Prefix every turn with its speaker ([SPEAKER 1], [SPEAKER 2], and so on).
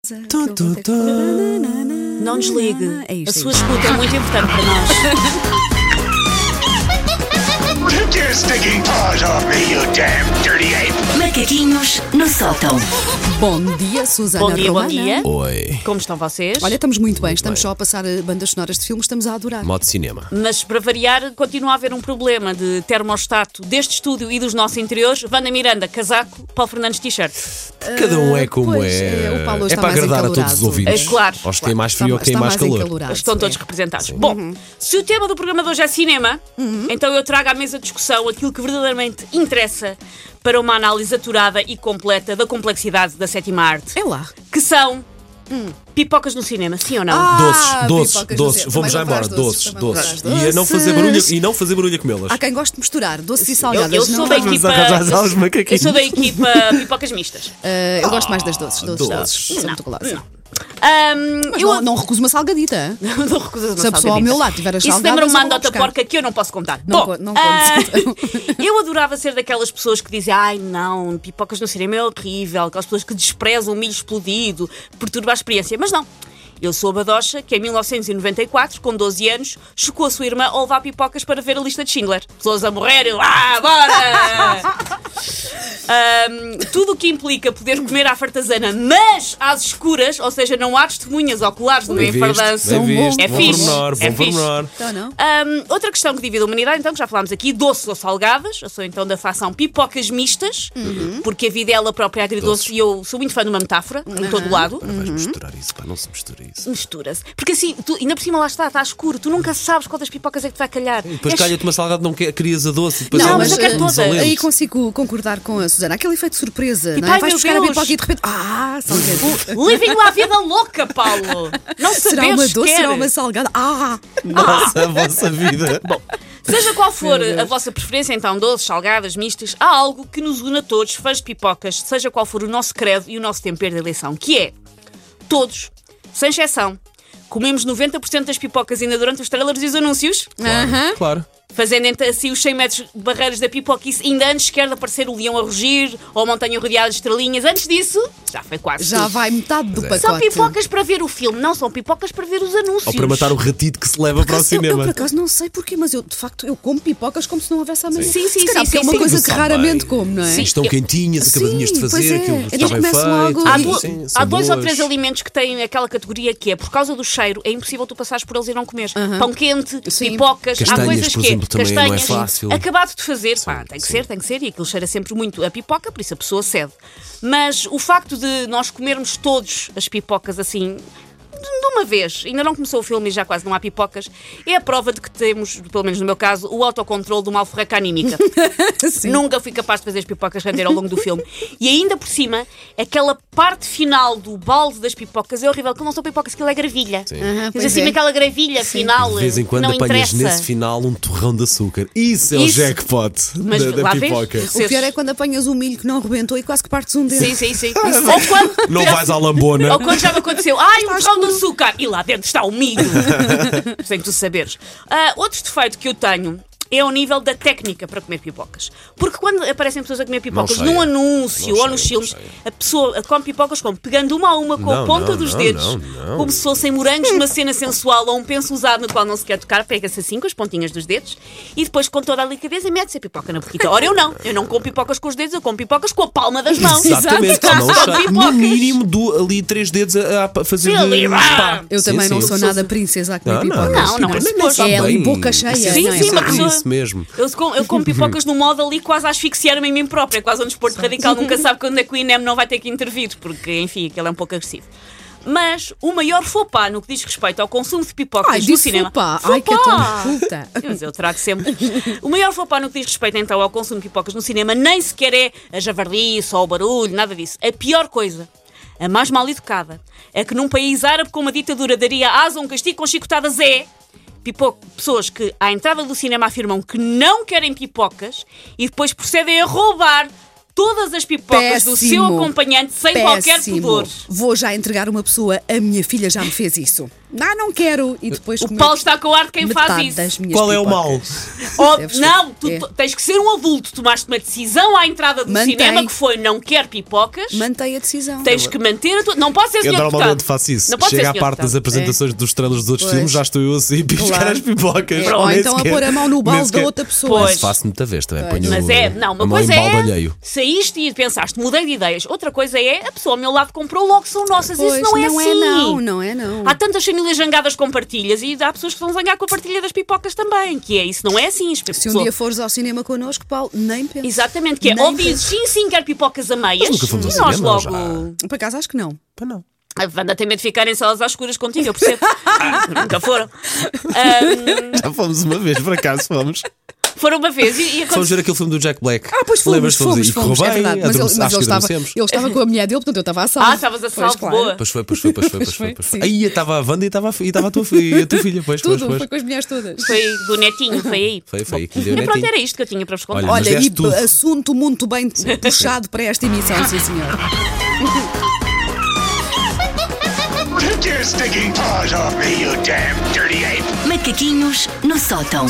[SPEAKER 1] casa. que eu vou ter que-
[SPEAKER 2] Não desligue.
[SPEAKER 1] É
[SPEAKER 2] a
[SPEAKER 1] isto. é
[SPEAKER 2] sua
[SPEAKER 1] isto.
[SPEAKER 2] escuta é muito importante para nós.
[SPEAKER 3] Take your stinking paws off me, you damn dirty ape!
[SPEAKER 4] Macaquinhos no sótão.
[SPEAKER 1] Bom dia, Susana
[SPEAKER 2] Bom dia, bom
[SPEAKER 1] Romana.
[SPEAKER 2] dia.
[SPEAKER 5] Oi.
[SPEAKER 2] Como estão vocês?
[SPEAKER 1] Olha, estamos muito bem, estamos
[SPEAKER 5] bem.
[SPEAKER 1] só a passar eh, bandas sonoras de filmes, estamos a adorar.
[SPEAKER 5] Modo cinema.
[SPEAKER 2] Mas para variar, continua a haver um problema de termostato deste estúdio e dos nossos interiores. Vanda Miranda, casaco, Paulo Fernandes, t-shirt.
[SPEAKER 5] Cada um é como
[SPEAKER 1] Ah, pois,
[SPEAKER 5] é.
[SPEAKER 1] é, o Paulo hoje
[SPEAKER 5] é
[SPEAKER 1] está
[SPEAKER 5] para
[SPEAKER 1] mais
[SPEAKER 5] agradar a todos os
[SPEAKER 1] encalorado.
[SPEAKER 5] ouvintes.
[SPEAKER 2] É, claro,
[SPEAKER 5] Aos que
[SPEAKER 2] claro.
[SPEAKER 5] têm mais frio ou
[SPEAKER 1] Está-
[SPEAKER 5] quem
[SPEAKER 1] está
[SPEAKER 5] mais calor.
[SPEAKER 1] encalorado,
[SPEAKER 2] Estão todos
[SPEAKER 1] é.
[SPEAKER 2] representados. Bom, se o tema do programa de hoje é cinema,
[SPEAKER 1] Uhum.
[SPEAKER 2] então eu trago à mesa de discussão aquilo que verdadeiramente interessa para uma análise aturada e completa da complexidade da sétima arte,
[SPEAKER 1] É lá.
[SPEAKER 2] que são pipocas no cinema, sim ou não?
[SPEAKER 1] Hum. Ah, pipocas
[SPEAKER 5] doces, doces,
[SPEAKER 1] no
[SPEAKER 5] doces.
[SPEAKER 1] centro.
[SPEAKER 5] Vamos já
[SPEAKER 1] Também
[SPEAKER 5] embora.
[SPEAKER 1] não faz doces,
[SPEAKER 5] Doces,
[SPEAKER 1] também não
[SPEAKER 5] doces.
[SPEAKER 1] faz
[SPEAKER 5] E a não fazer
[SPEAKER 1] doces. Ah,
[SPEAKER 5] barulho, e não fazer barulho comê-las.
[SPEAKER 1] Há quem goste de misturar doces e
[SPEAKER 2] Eu,
[SPEAKER 1] salgadas.
[SPEAKER 2] eu sou
[SPEAKER 1] não?
[SPEAKER 2] da
[SPEAKER 1] Ah,
[SPEAKER 2] equipa.
[SPEAKER 5] arranjar já os
[SPEAKER 2] Eu, eu
[SPEAKER 5] macaquinhos.
[SPEAKER 2] sou da equipa pipocas mistas.
[SPEAKER 1] eh, eu gosto
[SPEAKER 2] Ah,
[SPEAKER 1] mais das doces. Doces,
[SPEAKER 5] doces.
[SPEAKER 1] doces. Sou muito gulosa.
[SPEAKER 2] Ahm,
[SPEAKER 1] Mas
[SPEAKER 2] eu
[SPEAKER 1] não, não recuso uma salgadita. hã?
[SPEAKER 2] não recusas uma
[SPEAKER 1] Se a pessoa ao
[SPEAKER 2] salgadita.
[SPEAKER 1] meu lado tiver as
[SPEAKER 2] Isso
[SPEAKER 1] salgadas, eu
[SPEAKER 2] lembra-me uma
[SPEAKER 1] vou lá
[SPEAKER 2] anedota
[SPEAKER 1] buscar.
[SPEAKER 2] porca que eu não posso contar.
[SPEAKER 1] Não
[SPEAKER 2] Bom,
[SPEAKER 1] co- não
[SPEAKER 2] ah,
[SPEAKER 1] contes.
[SPEAKER 2] eu adorava ser daquelas pessoas que dizem ai não, pipocas no cinema é horrível, aquelas pessoas que desprezam o milho explodido, perturba a experiência, mas não. Eu sou a Badocha, que em 1994, com 12 anos, chocou a sua irmã a levar pipocas para ver a lista de Schindler. Pessoas a morrer, eu, ah, bora! Ahm, tudo o que implica poder comer à fartazana, mas às escuras, ou seja, não há testemunhas oculares de
[SPEAKER 5] Bem visto,
[SPEAKER 2] enfardança.
[SPEAKER 5] bem visto.
[SPEAKER 2] É
[SPEAKER 5] Bom
[SPEAKER 2] fixe.
[SPEAKER 5] pormenor,
[SPEAKER 2] é
[SPEAKER 5] bom
[SPEAKER 2] fixe.
[SPEAKER 5] pormenor.
[SPEAKER 1] Então não?
[SPEAKER 2] Ahm, outra questão que divide a humanidade, então, que já falámos aqui, doces ou salgadas. Eu sou então da facção pipocas mistas,
[SPEAKER 1] Uhum.
[SPEAKER 2] porque a vida é ela própria agridoce e eu sou muito fã de uma metáfora,
[SPEAKER 1] Uhum.
[SPEAKER 2] em todo lado.
[SPEAKER 5] Vais misturar isso, pá. Não se mistura
[SPEAKER 1] É
[SPEAKER 5] isso.
[SPEAKER 2] Mistura-se. Porque assim, tu, ainda por cima lá está, está escuro, tu nunca sabes qual das pipocas é que te vai calhar.
[SPEAKER 5] Depois
[SPEAKER 2] És-
[SPEAKER 5] calha-te uma salgada, não quer- querias a doce. e Depois
[SPEAKER 2] Não,
[SPEAKER 5] há
[SPEAKER 2] mas
[SPEAKER 5] uns-
[SPEAKER 2] eu quero
[SPEAKER 1] eh,
[SPEAKER 5] uns
[SPEAKER 2] todas.
[SPEAKER 5] alentos.
[SPEAKER 1] Aí consigo concordar com a Susana. Aquele efeito de surpresa.
[SPEAKER 2] Tipo,
[SPEAKER 1] não é?
[SPEAKER 2] ai,
[SPEAKER 1] Vais
[SPEAKER 2] meu
[SPEAKER 1] buscar a
[SPEAKER 2] Deus.
[SPEAKER 1] pipoca e de repente. Ah, salgadita.
[SPEAKER 2] Living lá a vida louca, Paulo! Não sabes
[SPEAKER 1] Será uma doce,
[SPEAKER 2] quer.
[SPEAKER 1] será uma salgada? Ah!
[SPEAKER 5] Nossa, a vossa vida. Bom,
[SPEAKER 2] Seja qual for a vossa preferência, então, doces, salgadas, mistas, há algo que nos une a todos, fãs de pipocas, seja qual for o nosso credo e o nosso tempero de eleição, que é todos, sem exceção, comemos 90% das pipocas ainda durante os trailers e os anúncios,
[SPEAKER 1] Aham.
[SPEAKER 5] claro.
[SPEAKER 2] fazendo então, assim os 100 metros de barreiras da pipoquice, ainda antes sequer de aparecer o leão a rugir ou a montanha rodeada de estrelinhas. Antes disso, já foi quase.
[SPEAKER 1] Já
[SPEAKER 2] tudo.
[SPEAKER 1] vai metade do pacote.
[SPEAKER 2] São pipocas para ver o filme, não são pipocas para ver os anúncios.
[SPEAKER 5] Ou para matar o ratito que se leva para o
[SPEAKER 1] Acaso, eu, eu por
[SPEAKER 5] cinema.
[SPEAKER 1] acaso não sei porquê, mas eu de facto eu como pipocas como se não houvesse amanhã.
[SPEAKER 2] Sim, sim,
[SPEAKER 1] Se calhar,
[SPEAKER 2] sim,
[SPEAKER 1] porque é
[SPEAKER 2] sim,
[SPEAKER 1] uma
[SPEAKER 2] sim.
[SPEAKER 1] coisa
[SPEAKER 5] Mas
[SPEAKER 1] que
[SPEAKER 5] também-
[SPEAKER 1] raramente como, não é?
[SPEAKER 2] Sim.
[SPEAKER 5] Estão
[SPEAKER 2] eu-
[SPEAKER 5] quentinhas,
[SPEAKER 1] Sim,
[SPEAKER 5] acabadinhas de
[SPEAKER 1] pois
[SPEAKER 5] fazer,
[SPEAKER 1] é.
[SPEAKER 5] aquilo
[SPEAKER 1] Eles
[SPEAKER 5] está bem
[SPEAKER 1] começam
[SPEAKER 5] feito.
[SPEAKER 1] logo-
[SPEAKER 2] Há,
[SPEAKER 1] Sim,
[SPEAKER 2] do-
[SPEAKER 5] sim, são
[SPEAKER 2] há dois ou
[SPEAKER 5] boas.
[SPEAKER 2] três alimentos que têm aquela categoria que é por causa do cheiro, é impossível tu passares por eles e não comer. Pão quente,
[SPEAKER 1] Sim.
[SPEAKER 2] pipocas, há
[SPEAKER 5] Castanhas,
[SPEAKER 2] coisas
[SPEAKER 5] por
[SPEAKER 2] que
[SPEAKER 5] exemplo,
[SPEAKER 2] é.
[SPEAKER 5] também não é
[SPEAKER 2] castanhas,
[SPEAKER 5] fácil.
[SPEAKER 2] acabado de fazer, pá,
[SPEAKER 5] Sim,
[SPEAKER 2] tem que
[SPEAKER 5] sim.
[SPEAKER 2] ser, tem que ser, e aquilo cheira sempre muito a pipoca, por isso a pessoa cede. Mas o facto de nós comermos todos as pipocas assim. de- De uma vez, ainda não começou o filme e já quase não há pipocas, é a prova de que temos, pelo menos no meu caso, o autocontrole de uma alforreca anímica.
[SPEAKER 1] Sim.
[SPEAKER 2] Nunca fui capaz de fazer as pipocas render ao longo do filme. E ainda por cima, aquela parte final do balde das pipocas é horrível, que não são pipocas, aquilo é gravilha.
[SPEAKER 1] Aham,
[SPEAKER 2] Mas
[SPEAKER 1] pois
[SPEAKER 2] assim,
[SPEAKER 1] é.
[SPEAKER 2] aquela gravilha final.
[SPEAKER 5] De vez em quando
[SPEAKER 2] não
[SPEAKER 5] apanhas
[SPEAKER 2] interessa.
[SPEAKER 5] nesse final um torrão de açúcar. Isso é o
[SPEAKER 2] Isso.
[SPEAKER 5] jackpot
[SPEAKER 2] Mas
[SPEAKER 5] da, da
[SPEAKER 2] lá vês?
[SPEAKER 5] pipoca.
[SPEAKER 1] O pior é quando apanhas um milho que não rebentou e quase que partes um dedo.
[SPEAKER 2] Sim, sim, sim. Ou quando,
[SPEAKER 5] Não vais à lambona.
[SPEAKER 2] ou quando já me aconteceu, ai, um pão de açúcar e lá dentro está o milho. Sem tu saberes. Ah, outro defeito que eu tenho. É ao nível da técnica para comer pipocas. Porque quando aparecem pessoas a comer pipocas
[SPEAKER 5] cheia.
[SPEAKER 2] num anúncio
[SPEAKER 5] é. Não
[SPEAKER 2] ou
[SPEAKER 5] cheia,
[SPEAKER 2] nos
[SPEAKER 5] não
[SPEAKER 2] filmes,
[SPEAKER 5] cheia.
[SPEAKER 2] a pessoa come pipocas como pegando uma a uma com a
[SPEAKER 5] Não,
[SPEAKER 2] ponta
[SPEAKER 5] não,
[SPEAKER 2] dos
[SPEAKER 5] não,
[SPEAKER 2] dedos,
[SPEAKER 5] não, não.
[SPEAKER 2] como se fossem morangos numa cena sensual ou um penso usado no qual não se quer tocar, pega-se assim com as pontinhas dos dedos e depois com toda a delicadeza mete-se a pipoca na boquita. Ora, eu não. Eu não como pipocas com os dedos, eu como pipocas com a palma das mãos.
[SPEAKER 5] Exatamente,
[SPEAKER 2] Exato.
[SPEAKER 5] calma,
[SPEAKER 2] Só
[SPEAKER 5] está no
[SPEAKER 2] pipocas.
[SPEAKER 5] mínimo do, ali três dedos a, a fazer
[SPEAKER 2] Sim, ali,
[SPEAKER 5] de
[SPEAKER 2] vá.
[SPEAKER 5] pá.
[SPEAKER 1] Eu também
[SPEAKER 5] Sim,
[SPEAKER 1] não
[SPEAKER 5] sim.
[SPEAKER 1] sou nada princesa a comer
[SPEAKER 5] Não, não,
[SPEAKER 1] pipocas.
[SPEAKER 2] não, não,
[SPEAKER 1] é
[SPEAKER 2] mas um não está
[SPEAKER 1] é ali
[SPEAKER 5] bem.
[SPEAKER 1] boca cheia.
[SPEAKER 5] Sim,
[SPEAKER 2] sim,
[SPEAKER 1] não é?
[SPEAKER 2] sim, uma
[SPEAKER 5] É
[SPEAKER 2] pessoa-
[SPEAKER 5] isso mesmo.
[SPEAKER 2] Eu como, eu como pipocas no modo ali quase a asfixiar-me em mim própria, quase um desporto radical. Nunca sabe quando é que o INEM não vai ter que intervir, porque, enfim, aquele é um pouco agressivo. Mas o maior fopá no que diz respeito ao consumo de pipocas
[SPEAKER 1] Ai,
[SPEAKER 2] no
[SPEAKER 1] disse
[SPEAKER 2] cinema.
[SPEAKER 1] opa. Ai, que é
[SPEAKER 2] Fopá!
[SPEAKER 1] tão puta.
[SPEAKER 2] Mas eu trago sempre. O maior fopá no que diz respeito então ao consumo de pipocas no cinema nem sequer é a javardice ou o barulho, nada disso. A pior coisa, a mais mal educada, é que num país árabe com uma ditadura daria asa a um castigo com chicotadas é. pipo- pessoas que à entrada do cinema afirmam que não querem pipocas e depois procedem a roubar todas as pipocas do seu
[SPEAKER 1] Péssimo.
[SPEAKER 2] acompanhante sem qualquer
[SPEAKER 1] Péssimo.
[SPEAKER 2] pudor.
[SPEAKER 1] Vou já entregar uma pessoa. A minha filha já me fez isso. Não, não quero. E depois
[SPEAKER 2] O
[SPEAKER 1] comer
[SPEAKER 2] Paulo está com ar de quem
[SPEAKER 1] metade
[SPEAKER 2] faz isso.
[SPEAKER 1] das minhas
[SPEAKER 5] Qual é o mal?
[SPEAKER 1] pipocas.
[SPEAKER 2] Oh,
[SPEAKER 1] Deves ter-
[SPEAKER 2] não, tu
[SPEAKER 1] é.
[SPEAKER 2] tu- tens que ser um adulto. Tomaste uma decisão à entrada do
[SPEAKER 1] Mantém.
[SPEAKER 2] cinema que foi não quer pipocas.
[SPEAKER 1] Mantém a decisão.
[SPEAKER 2] Tens que manter a tua. Não pode ser
[SPEAKER 5] Eu
[SPEAKER 2] senhor
[SPEAKER 5] normalmente
[SPEAKER 2] deputado.
[SPEAKER 5] faço isso.
[SPEAKER 2] Não pode ser
[SPEAKER 5] Chega à
[SPEAKER 2] senhor
[SPEAKER 5] parte das
[SPEAKER 2] deputado.
[SPEAKER 5] apresentações dos estrelas dos outros
[SPEAKER 1] Pois.
[SPEAKER 5] filmes, já estou eu assim a piscar
[SPEAKER 1] Claro.
[SPEAKER 5] as pipocas.
[SPEAKER 1] É, ou
[SPEAKER 5] Nem
[SPEAKER 1] então a
[SPEAKER 5] sequer-
[SPEAKER 1] pôr a mão no
[SPEAKER 5] nem
[SPEAKER 1] balde da
[SPEAKER 5] sequer-
[SPEAKER 1] outra pessoa.
[SPEAKER 2] Pois.
[SPEAKER 5] Isso faço muita vez também.
[SPEAKER 1] Pois.
[SPEAKER 5] ponho
[SPEAKER 2] Mas é, não, uma
[SPEAKER 5] a mão
[SPEAKER 2] coisa
[SPEAKER 5] em balde
[SPEAKER 2] é
[SPEAKER 5] alheio.
[SPEAKER 2] saíste e pensaste, mudei de ideias. Outra coisa é a pessoa ao meu lado comprou logo são nossas.
[SPEAKER 1] Pois,
[SPEAKER 2] Isso não é
[SPEAKER 1] não
[SPEAKER 2] assim.
[SPEAKER 1] é não, não é não.
[SPEAKER 2] Há tantas famílias zangadas com partilhas e há pessoas que vão zangar com a partilha das pipocas também, que é isso, não é assim. as
[SPEAKER 1] Se um
[SPEAKER 2] pessoas-
[SPEAKER 1] dia fores ao cinema connosco, Paulo, nem penses.
[SPEAKER 2] Exatamente, que é
[SPEAKER 1] Nem
[SPEAKER 2] ou dizes sim, sim, quero pipocas a meias
[SPEAKER 5] Mas nunca fomos
[SPEAKER 2] e
[SPEAKER 5] ao
[SPEAKER 2] nós
[SPEAKER 5] cinema,
[SPEAKER 2] logo.
[SPEAKER 5] já.
[SPEAKER 1] Por acaso acho que não.
[SPEAKER 5] Pá, não.
[SPEAKER 2] A Wanda tem medo de ficar em salas às escuras contigo, eu percebo. Nunca foram. Ahm,
[SPEAKER 5] Já fomos uma vez, por acaso fomos.
[SPEAKER 2] foram uma vez e, e
[SPEAKER 5] Fomos
[SPEAKER 2] aconteceu.
[SPEAKER 5] ver aquele filme do Jack Black.
[SPEAKER 1] Ah, pois fomos,
[SPEAKER 5] Lembras-te,
[SPEAKER 1] fomos,
[SPEAKER 5] e
[SPEAKER 1] fomos,
[SPEAKER 5] correu
[SPEAKER 1] é
[SPEAKER 5] bem,
[SPEAKER 1] verdade. Mas ele,
[SPEAKER 5] adorme-
[SPEAKER 1] mas
[SPEAKER 5] acho
[SPEAKER 1] ele
[SPEAKER 5] que
[SPEAKER 1] estava,
[SPEAKER 5] adormecemos.
[SPEAKER 1] ele estava com a mulher dele, portanto eu estava a salvo.
[SPEAKER 2] Ah, estavas a
[SPEAKER 1] Pois,
[SPEAKER 2] salvo,
[SPEAKER 1] claro.
[SPEAKER 2] boa.
[SPEAKER 5] Pois foi, pois foi, pois foi, pois
[SPEAKER 1] Pois
[SPEAKER 5] foi.
[SPEAKER 1] foi,
[SPEAKER 5] pois foi.
[SPEAKER 1] sim.
[SPEAKER 5] Aí estava a Wanda e estava a fi- e estava a tua fi- e a tua filha, pois, pois,
[SPEAKER 1] Tudo,
[SPEAKER 5] pois.
[SPEAKER 1] foi com as mulheres todas.
[SPEAKER 2] Foi do netinho, foi aí.
[SPEAKER 5] Foi, foi aí que lhe deu
[SPEAKER 2] E pronto,
[SPEAKER 5] netinho.
[SPEAKER 2] era isto que eu tinha para vos contar.
[SPEAKER 5] né? Olha, mas
[SPEAKER 1] Olha,
[SPEAKER 5] deste
[SPEAKER 1] e
[SPEAKER 5] tudo.
[SPEAKER 1] assunto muito bem puxado para esta emissão, sim senhor.
[SPEAKER 3] Take your stinking paws off me, you damn dirty ape!
[SPEAKER 4] Macaquinhos no sótão.